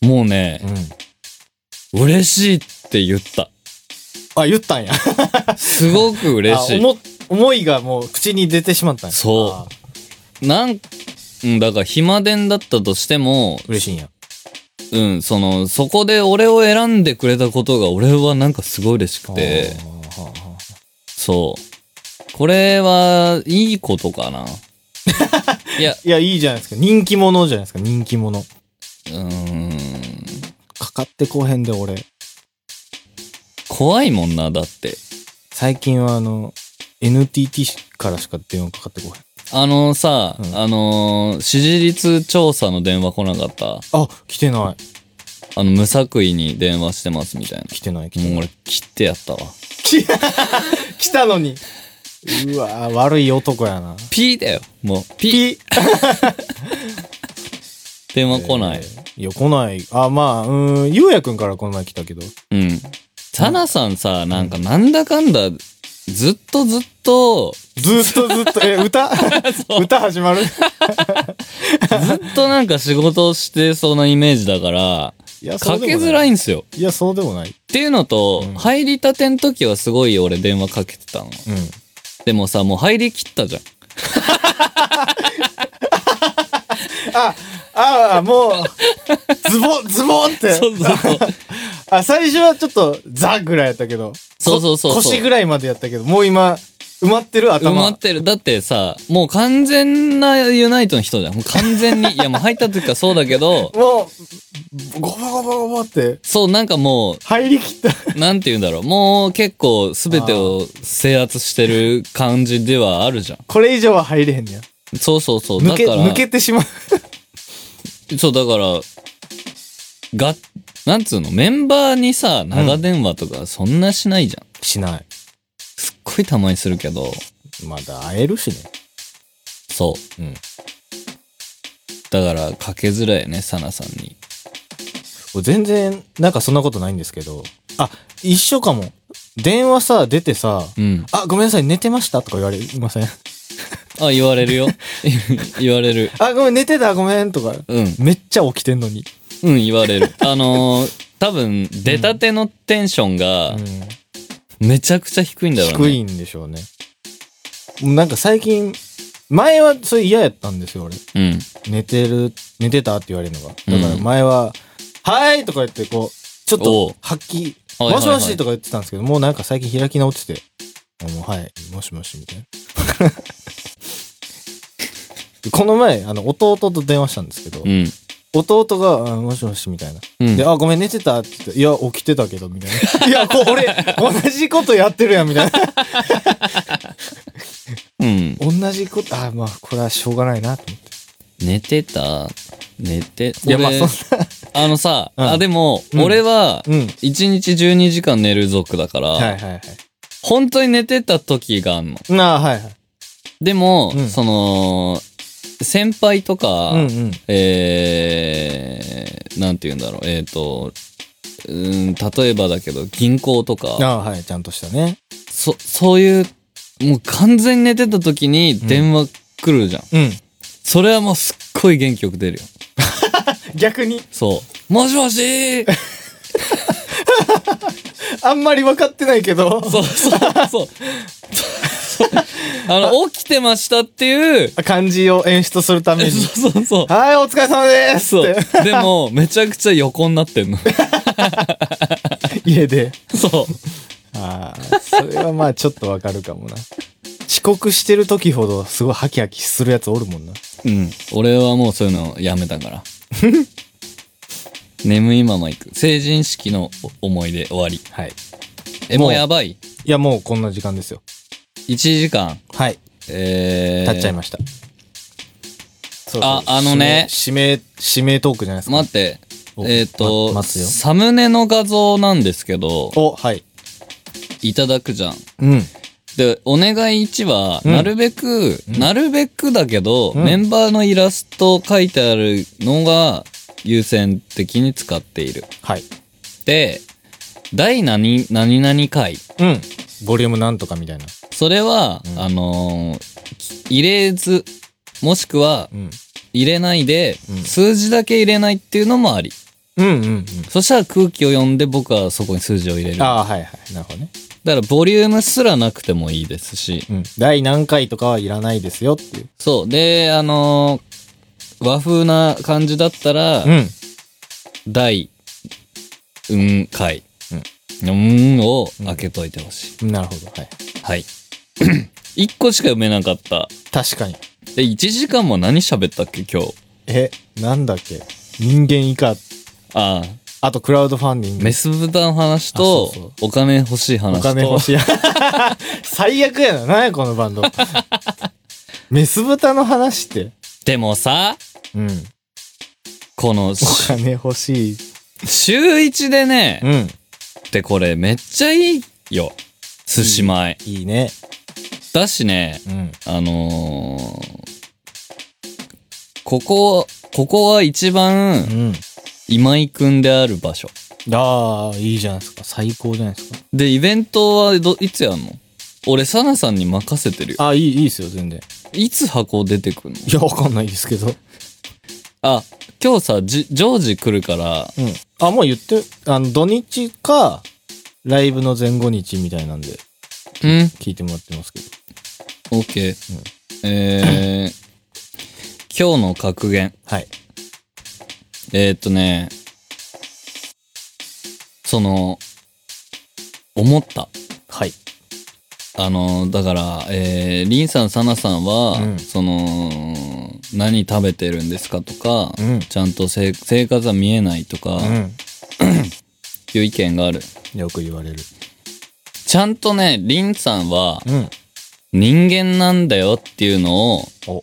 S2: え。
S1: もうね
S2: う、ん。
S1: 嬉しいって言った。
S2: あ、言ったんや。
S1: すごく嬉し
S2: あ
S1: い。
S2: 思思いがもう口に出てしまったんや。。
S1: そうなん、うんだから暇伝だったとしても、
S2: 嬉しいんや。
S1: うん、その、そこで俺を選んでくれたことが俺はなんかすごい嬉しくて、
S2: あーはあはあ
S1: そう。これは、いいこと かな。いや、
S2: いや、いいじゃないですか。人気者じゃないですか。人気者。
S1: うーん、
S2: かかってこうへんで、俺。
S1: 怖いもんな、だって。
S2: 最近はあの、NTT からしか電話かかってこへ
S1: あのさ、
S2: うん
S1: あのー支持率調査の電話来なかった
S2: ん。あ、来てない。
S1: あの、無作為に電話してますみたいな。
S2: 来てない、来て
S1: もう
S2: ない。
S1: 俺、切ってやったわ。
S2: 来来たのに。うわぁ、悪い男やな。
S1: ピーだよ、もう。ピ
S2: ピ
S1: ー電話来ない。
S2: いや、来ない。あ、まあ、うーん、ゆうやくんからこの前来たけど。
S1: うん。タナさんさ、なんかなんだかんだ、ずっとずっと、
S2: ずっとずっと、え、歌 歌始まる
S1: ずっとなんか仕事をしてそうなイメージだから、
S2: いや、そ
S1: か
S2: うでもない。
S1: けづらい
S2: い。
S1: んですよ。
S2: いや、そうでもない。
S1: っていうのと、
S2: うん
S1: 入りたてん時はすごい俺電話かけてたの。
S2: うん。
S1: でもさ、もう入りきったじゃん。
S2: あ、ああ、もう、ズボン、ズ ボンって。
S1: そうそ うそう。
S2: あ、最初はちょっと、ザぐらいやったけど。
S1: そうそうそうそう
S2: こ腰ぐらいまでやったけど、もう今、埋まってる頭。
S1: 埋まってる。だってさ、もう完全なユナイトの人じゃん。もう完全に。いやもう入った時からそうだけど、
S2: もう、ゴボゴボゴボって、
S1: そうなんかもう、
S2: 入りきった。
S1: なんて言うんだろう。もう結構全てを制圧してる感じではあるじゃん。
S2: これ以上は入れへんねや。
S1: そうそうそう。
S2: 抜
S1: だ
S2: け、
S1: か
S2: 抜
S1: ら、
S2: けてしまう。
S1: そうだから、が、なんつうの、メンバーにさ、長電話とかそんなしないじゃん。
S2: しない。
S1: すっごいたまにするけど、
S2: まだ会えるしね。
S1: そう。
S2: うん。
S1: だから、かけづらいね、サナさんに。
S2: 俺全然、なんかそんなことないんですけど。あ、一緒かも。電話さ、出てさ、
S1: うん。
S2: あ、ごめんなさい、寝てましたとか言われません。
S1: あ、言われるよ。 言われる。
S2: あ、ごめん、寝てた、ごめん、とか。
S1: うん。
S2: めっちゃ起きてんのに。
S1: うん、言われる。あのー多分、出たてのテンションが、
S2: うん
S1: めちゃくちゃ低いんだろうね。
S2: 低いんでしょうね。なんか最近、前はそれ嫌やったんですよ、俺。
S1: うん。
S2: 寝てる、寝てたって言われるのが。だから
S1: うん
S2: 前は、はいとか言って、こう、ちょっ
S1: おう
S2: と、はっきり、
S1: はいはい
S2: も
S1: はい
S2: しもしとか言ってたんですけど、もうなんか最近開き直ってて、あもうはい、もしもしみたいな。 この前、あの、弟と電話したんですけど、
S1: うん。
S2: 弟が、あもしもしみたいな。
S1: うん
S2: で、あ、ごめん、寝てたって言って、いや、起きてたけど、みたい な。いや、こう、俺、同じことやってるやん、みたいな。
S1: うん。
S2: 同じこと、あ、まあ、これはしょうがないな、と思って。
S1: 寝てた寝て、
S2: いや、まあ、そ
S1: 俺
S2: んな。
S1: あのさ、
S2: うん
S1: あ、でも、
S2: うん
S1: 俺は、
S2: うん。
S1: 1日12時間寝る族だから、
S2: はいはいはい。
S1: 本当に寝てた時があんの。
S2: なあ、はいはい。
S1: でも、
S2: うん
S1: その、先輩とか、
S2: うんうん。
S1: えー、なんて言うんだろう、えっ、と、うーん、例えばだけど、銀行と
S2: あ
S1: か、
S2: あはい、ちゃんとしたね。
S1: そ、そういう、もう完全に寝てた時に電話来るじゃん。
S2: うん。
S1: それはもうすっごい元気よく出るよ。
S2: 逆に。
S1: そう。もしもしー
S2: あんまり分かってないけど、
S1: そうそうそう。あの、起きてましたっていう、
S2: 漢字を演出するために。
S1: そうそうそう。
S2: はい、お疲れ様ですっ
S1: そう
S2: て。。
S1: でも、めちゃくちゃ横になって んの。
S2: 家で。
S1: そう。
S2: ああ、それはまあちょっとわかるかもな。遅刻してる時ほどすごいハキハキするやつおるもんな。
S1: うん。俺はもうそういうのやめ たから。眠いまま行く。成人式の思い出終わり。
S2: はい。
S1: え、
S2: もう
S1: もうやばい。
S2: いや、もうこんな時間ですよ。
S1: 1時間。
S2: はい。
S1: えー。
S2: 経っちゃいました。そうそう
S1: ああのね
S2: 指名、指名トークじゃないですか。
S1: 待って。
S2: お
S1: えっ、と、
S2: ま待つよ
S1: サムネの画像なんですけど、
S2: お、はい。
S1: いただくじゃん。
S2: うん。
S1: で、お願い1は、
S2: うん
S1: なるべく、なるべくだけど、
S2: うん
S1: メンバーのイラスト書いてあるのが優先的に使っている。
S2: はい。
S1: で、第何、何々回。
S2: うん。ボリュームなんとかみたいな。
S1: それは、
S2: うん
S1: あのーき入れず、もしくは
S2: うん。
S1: 入れないで、
S2: うん
S1: 数字だけ入れないっていうのもあり。
S2: うんうんうん。
S1: そしたら空気を読んで僕はそこに数字を入れる。だか
S2: ああ、はいはい。なるほどね。
S1: らボリュームすらなくてもいいですし。
S2: うん。第何回とかはいらないですよっていう。
S1: そう。で、あのー和風な感じだったら、
S2: うん。
S1: 第、うん、回。
S2: う
S1: うんん。うんを開けといてほしい。
S2: なるほど。はい。
S1: はい。 一個しか読めなかった。
S2: 確かに。
S1: で、1時間も何喋ったっけ、今日。
S2: え、なんだっけ人間以下。
S1: ああ、
S2: あと、クラウドファンディング
S1: メ。ス豚の話
S2: あ
S1: と
S2: そう
S1: お金欲しい話と
S2: お金欲しい。 最悪やな。何や、このバンド。メス豚の話って。
S1: でもさ
S2: うん。
S1: この
S2: お
S1: し
S2: 金欲しい。
S1: 週一でね
S2: うん。
S1: ってこれめっちゃいいよ寿司前
S2: いいね。
S1: だしね
S2: うん。
S1: あのー、ここここは一番
S2: うん。
S1: 今井くんである場所
S2: ああ、いいじゃないですか。最高じゃないですか。
S1: でイベントはどいつやんの俺サナさんに任せてるよ
S2: ああ、いい、いいですよ、全然。
S1: いつ箱出てくんの
S2: いや、わかんないですけど。
S1: あ今日さじジョージ来るから
S2: うん。あ、もう言って、あの、土日か、ライブの前後日みたいなんで、
S1: うん
S2: 聞いてもらってますけど。
S1: OK、えー、今日の格言
S2: はい。
S1: えー、っとねその思った
S2: はい。
S1: あのだからえー、リンさんサナさんは、
S2: うん
S1: その何食べてるんですかとか、
S2: うん
S1: ちゃんとせい生活は見えないとか
S2: う
S1: いう意見がある、
S2: ん。よく言われる。
S1: ちゃんとねリンさんは
S2: うん。
S1: 人間なんだよっていうのを
S2: お、
S1: 教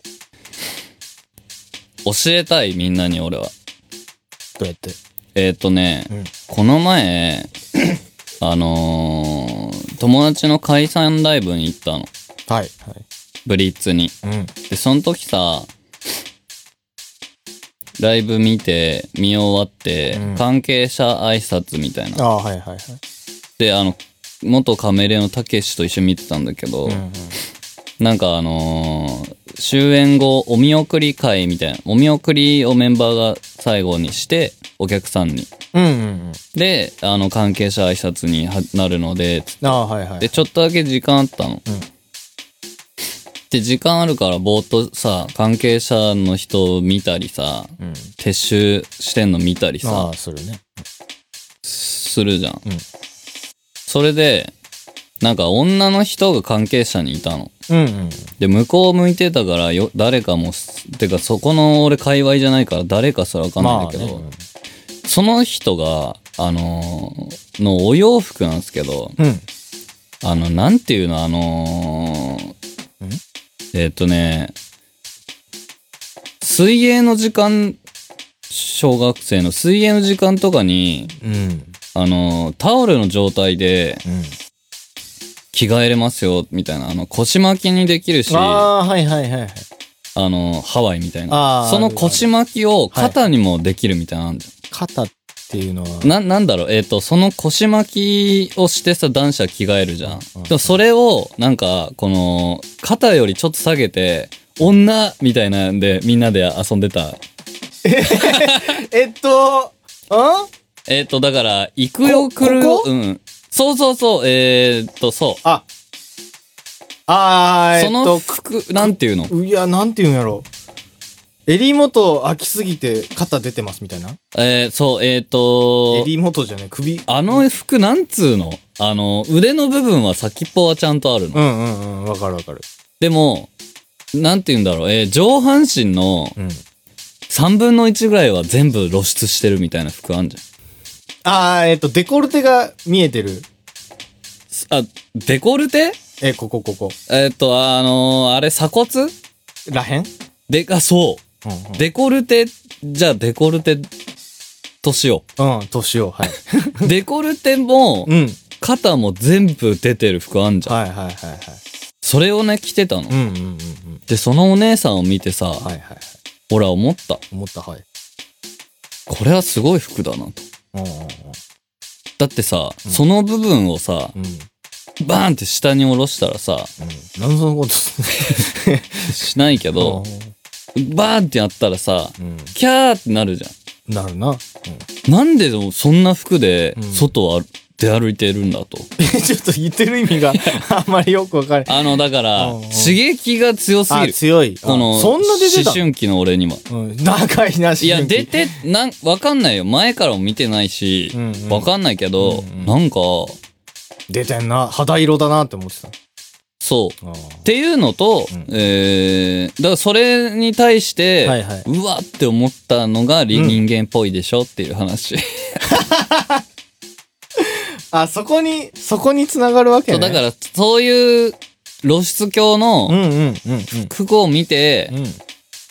S1: えたいみんなに俺は
S2: どうやって
S1: えー、っとね、
S2: うん。
S1: この前、あのー友達の解散ライブに行ったの。
S2: はい。はい。
S1: ブリッツに。
S2: うん。
S1: で、その時さ、ライブ見て、見終わって、
S2: うん
S1: 関係者挨拶みたい
S2: あ
S1: な。
S2: あ、はいはいはい。
S1: で、あの、元カメレオンのたけしと一緒に見てたんだけど、
S2: うんうん。
S1: なんかあのー終演後、お見送り会みたいな、お見送りをメンバーが最後にして、お客さんに。
S2: うんうんうん。
S1: で、あの、関係者挨拶にはなるので、
S2: ああ、はいはい。
S1: で、ちょっとだけ時間あったの。
S2: うん
S1: で、時間あるから、ぼーっとさ、関係者の人を見たりさ、
S2: うん。
S1: 撤収してんの見たり
S2: あ
S1: さ、
S2: あ、するね。
S1: するじゃん。
S2: うん
S1: それで、なんか女の人が関係者にいたの。
S2: うんうん。
S1: で、向こう向いてたからよ、誰かもす、てかそこの俺界隈じゃないから誰かすらわかんないんだけど、
S2: まあね
S1: その人が、あのーのお洋服なんですけど、
S2: うん。
S1: あの、なんていうの、あのー
S2: ん
S1: えーっ、とね、水泳の時間、小学生の水泳の時間とかに、
S2: うん。
S1: あのータオルの状態で
S2: うん。
S1: 着替えれますよ、みたいな、あの、腰巻きにできるし、あ
S2: ああー、はいはいはいはい。
S1: のーハワイみたい
S2: あ
S1: な
S2: ー。
S1: そ
S2: あ
S1: の
S2: るある
S1: 腰巻きを肩にもできるみたいなのあんじゃん
S2: 肩っていうのは、
S1: な、なんだろう、えっ、と、その腰巻きをしてさ、男子は着替えるじゃん。
S2: うん
S1: でもそれを、なんか、この、肩よりちょっと下げて、女みたいなんで、みんなで遊んでた。
S2: えっと、ん
S1: えっ、と、だから、行くよ、
S2: こ
S1: 来るよ
S2: こ、こ
S1: うん。そうそうそう、えー、っと、そ
S2: あ、あー、え
S1: う。そ
S2: っと
S1: の、服、なんていうの
S2: いや、なんて言うんやろ。襟元開きすぎて肩出てますみたいな。
S1: えー、そう、えー、っと、
S2: 襟元じゃない、首。
S1: あの服なんつうのあの、腕の部分は先っぽはちゃんとあるの。
S2: うんうんうん、わかるわかる。
S1: でも、なんて言うんだろう、えー上半身の
S2: うん。
S1: 3分の1ぐらいは全部露出してるみたいな服あんじ
S2: あー、えっと、デコルテが見えてる。
S1: ゃん。あ、デコルテ
S2: え、ここ、ここ。
S1: えーっと、あのーあれ、鎖骨
S2: らへん
S1: で、あ、そう。
S2: うん
S1: デコルテ、じゃあデコルテとしよ
S2: うん。うん、年を、はい。
S1: う。デコルテも、
S2: うん。
S1: 肩も全部出てる服あんじゃん。
S2: はいはいはいはい。
S1: それをね、着てた
S2: う。んう
S1: の
S2: んうんうん。
S1: で、そのお姉さんを見てさ、
S2: はいはいはい。
S1: ほら思った。
S2: 思った、はい。
S1: これはすごい服だなと。
S2: うんうん
S1: だってさ、
S2: うん
S1: その部分をさ、
S2: うん。うん。
S1: バーンって下に下ろした らさ、
S2: 何そのこと
S1: しないけど、バーンってやったらさ、
S2: うん。
S1: キャーってなるじゃ
S2: なるな。 うん。
S1: ん。なんでそんな服で
S2: うん
S1: 外を出歩いてるんだと。
S2: ちょっと言ってる意味 があんまりよくわかんない。
S1: あの、だから
S2: うんうん、
S1: 刺激が強すぎ
S2: あ、
S1: る。
S2: 強い。あ
S1: この、
S2: そんな出てた
S1: 思春期の俺には。
S2: うん。長いな、思春期
S1: いや、出。て、なん、わかんないよ。前からも見てないし
S2: う、んうん
S1: わかんないけど、
S2: うんうん
S1: なんか、
S2: 出てんな。肌色だなって思ってた。
S1: そう。
S2: あ
S1: っていうのと、
S2: うん
S1: えー、だからそれに対して、
S2: はいはいう
S1: わって思ったのがり
S2: うん
S1: 人間っぽいでしょっていう話。
S2: あ、そこに、そこに繋がるわけ
S1: そ
S2: ね。
S1: うだから、そういう露出狂
S2: う
S1: の
S2: んうんうん
S1: 服を見て
S2: うん。う、ん。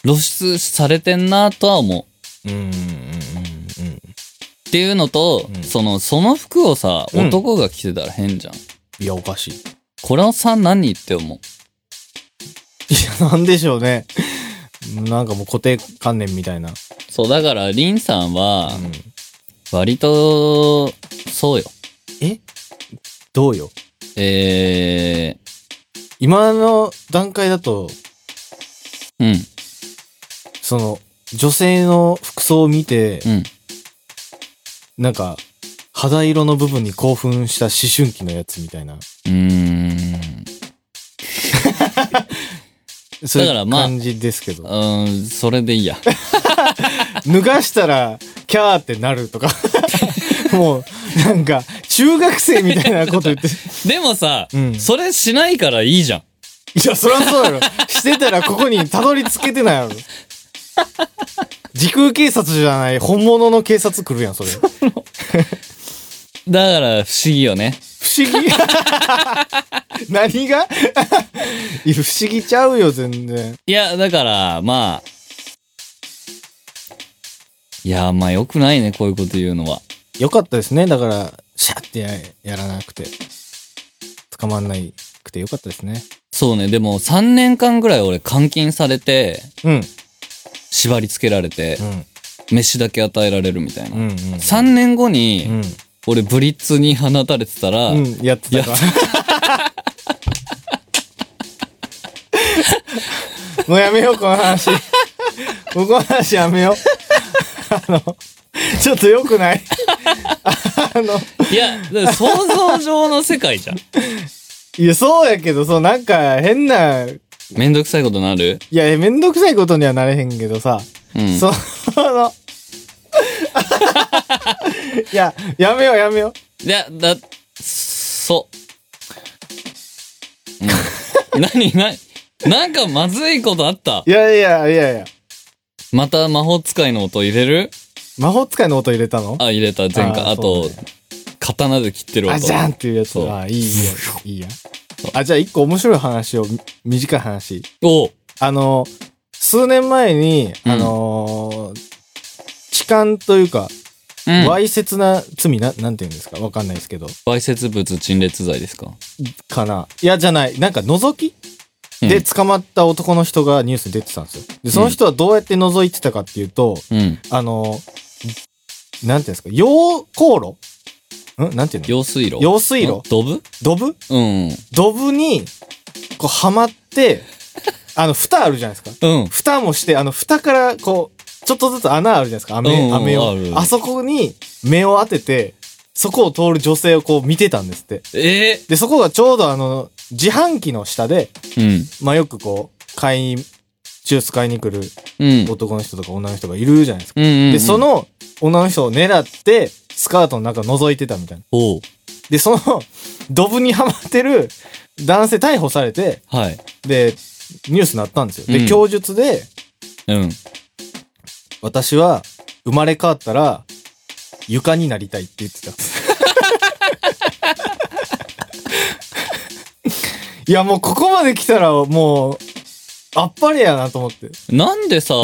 S1: 露出されてんなとは思う。
S2: うんうんうんうん。
S1: っていうのと、
S2: うん
S1: その、その服をさ、
S2: うん
S1: 男が着てたら変じゃん。
S2: いや、おかしい。
S1: これはさ、何って思う。
S2: いや、なんでしょうね。なんかもう固定観念みたいな。
S1: そう、だから、リンさんは、
S2: うん
S1: 割と、そうよ。
S2: えどうよ
S1: え
S2: 今の段階だと、
S1: ー、うん、
S2: その、女性の服装を見て、
S1: うん。
S2: なんか、肌色の部分に興奮した思春期のやつみたいな。
S1: うーん。
S2: そうい
S1: だから
S2: う
S1: まあ
S2: 感じですけど。
S1: うーん、それでい いや。
S2: 脱がしたら、キャーってなると か。もう、なんか、中学生みたいなこと言 って。
S1: でもさ、
S2: うん
S1: それしないからいいじゃん。
S2: いや、そりゃそうやろ。してたらここにたどり着けてないやろ。時空警察じゃない、本物の警察来るやん、それ。不
S1: だから、不思議よね。
S2: 思議。 何が いや不思議ちゃうよ、全然。
S1: いや、だから、まあ。いや、まあ、良くないね、こういうこと言うのは。
S2: よかったですね。だから、シャッてややらなくて。捕まんないくてよかったですね。
S1: そうね、でも、3年間ぐらい俺、監禁されて、
S2: うん。
S1: 縛り付けられて
S2: う、ん。
S1: 飯だけ与えられるみたいな。
S2: うん。うん。
S1: 3年後に、
S2: うん。
S1: 俺、ブリッツに放たれてたら、
S2: うん。やってたか
S1: や っ。
S2: もうやめよう、この 話。もうこの話やめよう。あの、ちょっと良くないあの、
S1: いや、だから想像上の世界 じゃん。
S2: いや、そうやけど、そう、なんか変な、い
S1: めんどくさいことなる
S2: や、めんどくさいことにはなれへんけどさ、
S1: うん。
S2: その、 いや、やめよう、やめよう。
S1: いや、だ、そ う。うん、何な、なんかまずいことあった
S2: いやいやいやいや。
S1: また魔法使いの音入れる
S2: 魔法使いの音入れたの
S1: あ、入れた、前回。
S2: あ
S1: あ
S2: ーそう
S1: と、
S2: ね
S1: 刀で切ってる音。
S2: あ、じゃんっていうやつ。
S1: そう
S2: あ、いいや、いいや。あ、じゃあ一個面白い話を、み短い話。
S1: おう
S2: あの、数年前に、
S1: うん
S2: あのー痴漢というか、
S1: うん。
S2: わいせつな罪な、なんて言うんですかわかんないですけど。
S1: わいせつ物陳列罪ですか
S2: かな。いや、じゃない。なんか、覗き
S1: うん
S2: で捕まった男の人がニュースに出てたんですよ。で、その人はどうやって覗いてたかっていうと、
S1: うん。
S2: あのーなんて言うんですか溶鉱炉んなんて言うの
S1: 用水路。
S2: 用水
S1: ん
S2: 路
S1: ドブ
S2: ドブ
S1: うん。うん。
S2: ドブに、こう、はまって、あの、蓋あるじゃないですか。
S1: うん。
S2: 蓋もして、あの、蓋から、こう、ちょっとずつ穴あるじゃないですか。
S1: うんうん
S2: 飴、飴を。
S1: ある
S2: あそこに目を当てて、そこを通る女性をこう見てたんですって。
S1: え
S2: で、そこがちょうどあの、自販機の下で、
S1: ー、
S2: まあ、よくこう、買い、ジュース買いに来る
S1: うん。うん。
S2: 男の人とか女の人がいるじゃないですか。
S1: うんうんうん
S2: で、そ、の女の人を狙って、スカートの中覗いてたみたいな。
S1: おう
S2: で、その、ドブにはまってる男性逮捕されて、
S1: はい。
S2: で、ニュースになったんですよ。
S1: うん
S2: で、供述で、
S1: うん。
S2: 私は生まれ変わったら床になりたいって言 ってたんです。いやもうここまで来たらもうあっぱれやなと思って。
S1: なんで さ、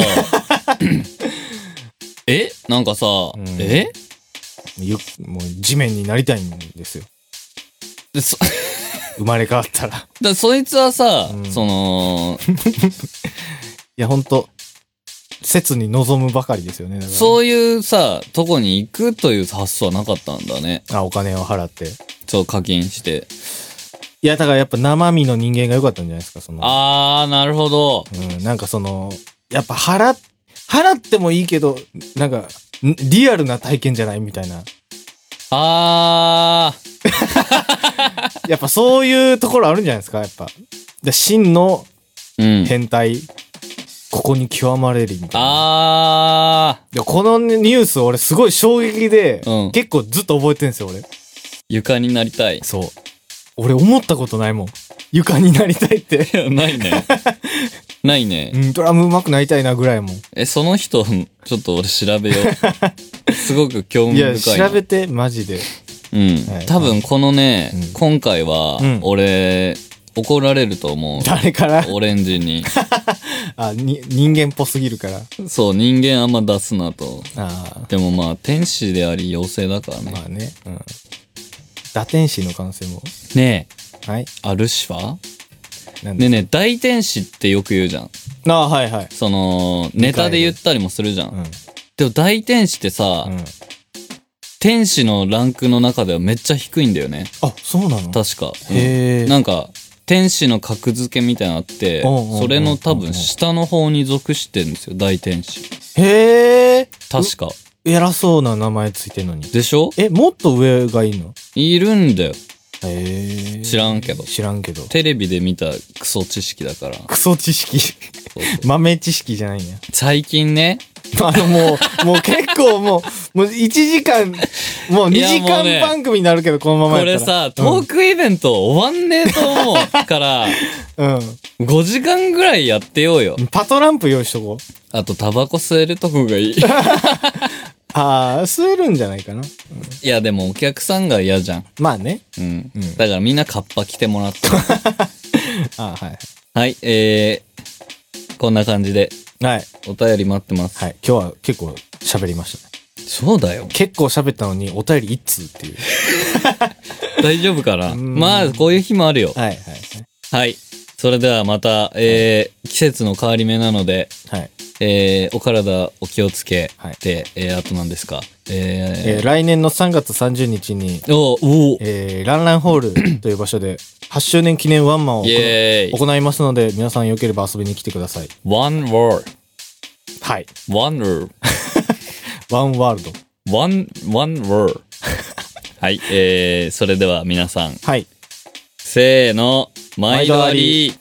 S1: えなんかさ、
S2: ん
S1: え
S2: ゆもう地面になりたいんですよ。
S1: でそ、
S2: 生まれ変わったら。い
S1: だそいつはさ、
S2: うん
S1: その、
S2: やほんと、切に望むばかりですよね。だから
S1: そういうさ、とこに行くという発想はなかったんだね。
S2: あ、お金を払って。
S1: そう、課金して。
S2: いやだからやっぱ生身の人間が良かったんじゃないですか、その。
S1: あー、なるほど。
S2: うん、なんかその、やっぱ払っ、払ってもいいけど、なんか、んリアルな体験じゃないみたいな。
S1: あー、
S2: やっぱそういうところあるんじゃないですか、やっぱ。で真の
S1: うん。
S2: 変態、ここに極まれりみたいな。
S1: あ
S2: でこのニュース俺すごい衝撃で、
S1: うん
S2: 結構ずっと覚えてるんですよ、俺。。
S1: ー、床になりたい
S2: そう。俺思ったことないもん。床になりたいって。
S1: ないね。ないね
S2: う。ん、ドラム上手くなりたいなぐらいもん。
S1: え、その人、ちょっと俺調べよ う。すごく
S2: い
S1: 興味深いな。
S2: や、調べて、マジで。
S1: うん
S2: はい。
S1: 多分このね
S2: うん、
S1: 今回は
S2: うん、
S1: 俺、怒られると思う。
S2: 誰から、
S1: オレン ジに。
S2: あ、に、人間っぽすぎるから。
S1: そう、人間あんま出すなと。
S2: ああ。
S1: でもまあ、天使であり妖精だからね。
S2: まあね、うん。打天使の可能性も。
S1: ね
S2: はい。
S1: え、あ、ルシファー
S2: なん
S1: ね
S2: で
S1: えねえ、大天使ってよく言うじゃん。
S2: ああ、はいはい。
S1: その、ネタで言ったりもするじゃ
S2: うん
S1: ん。。でも大天使ってさ、
S2: うん。
S1: 天使のランクの中ではめっちゃ低いんだよね。
S2: あ、そうなの
S1: 確か。
S2: へえ。
S1: なんか、天使の格付けみたいなのあって、
S2: うんうんうんうん
S1: それの多分下の方に属してるんですよ、大天使。
S2: へえ。
S1: 確か。
S2: 偉そうな名前ついてんのに。
S1: でしょ
S2: え、もっと上がいいの
S1: いるんだよ。
S2: へえ。
S1: 知らんけど
S2: 知らんけど。
S1: テレビで見たクソ知識だから。
S2: クソ知識。
S1: そうそう
S2: 豆知識じゃないんや。
S1: 最近ね。
S2: あのもう、もう結構もう、もう1時間、もう2
S1: いや
S2: 時
S1: もう
S2: 間
S1: ね
S2: 番組になるけど、このま
S1: こ
S2: まやっ
S1: れ
S2: たら。
S1: さ、トークイベント終わんねえと思 うから、
S2: うん。
S1: 5時間ぐらいやってようよ
S2: う。ん。パトランプ用意しとこう。
S1: あと、タバコ吸えるとこ がいい。
S2: ああ、吸えるんじゃないかな。
S1: いや、でもお客さんが嫌じゃん。
S2: まあね。
S1: うん。
S2: うん
S1: だからみんなカッパ着てもらって。
S2: ああ、はい。
S1: はい、えー、こんな感じで
S2: はい。
S1: お便り待ってます。
S2: はい。今日は結構喋りましたね。
S1: そうだよ。
S2: 結構喋ったのにお便り一通っていう。
S1: 大丈夫かな
S2: ん
S1: まあ、こういう日もあるよ。
S2: はいはい
S1: はい。それではまた、えー、季節の変わり目なので、
S2: はい。はい。
S1: えー、お体お気をつけ
S2: はい
S1: て、えー、あと何ですか。
S2: え
S1: え
S2: ー来年の3月30日に、
S1: ー、おおー
S2: えー、ランランホー ルという場所で8周年記念ワンマンを
S1: イ
S2: 行
S1: ェーイ
S2: 行いますので、皆さんよければ遊びに来てください。
S1: !One word,
S2: はい。
S1: one word,
S2: ワンワールド。
S1: one, one word. はい、えー、それでは皆さん、
S2: はい。
S1: せーの、毎度あ
S2: 毎度あ
S1: り
S2: り。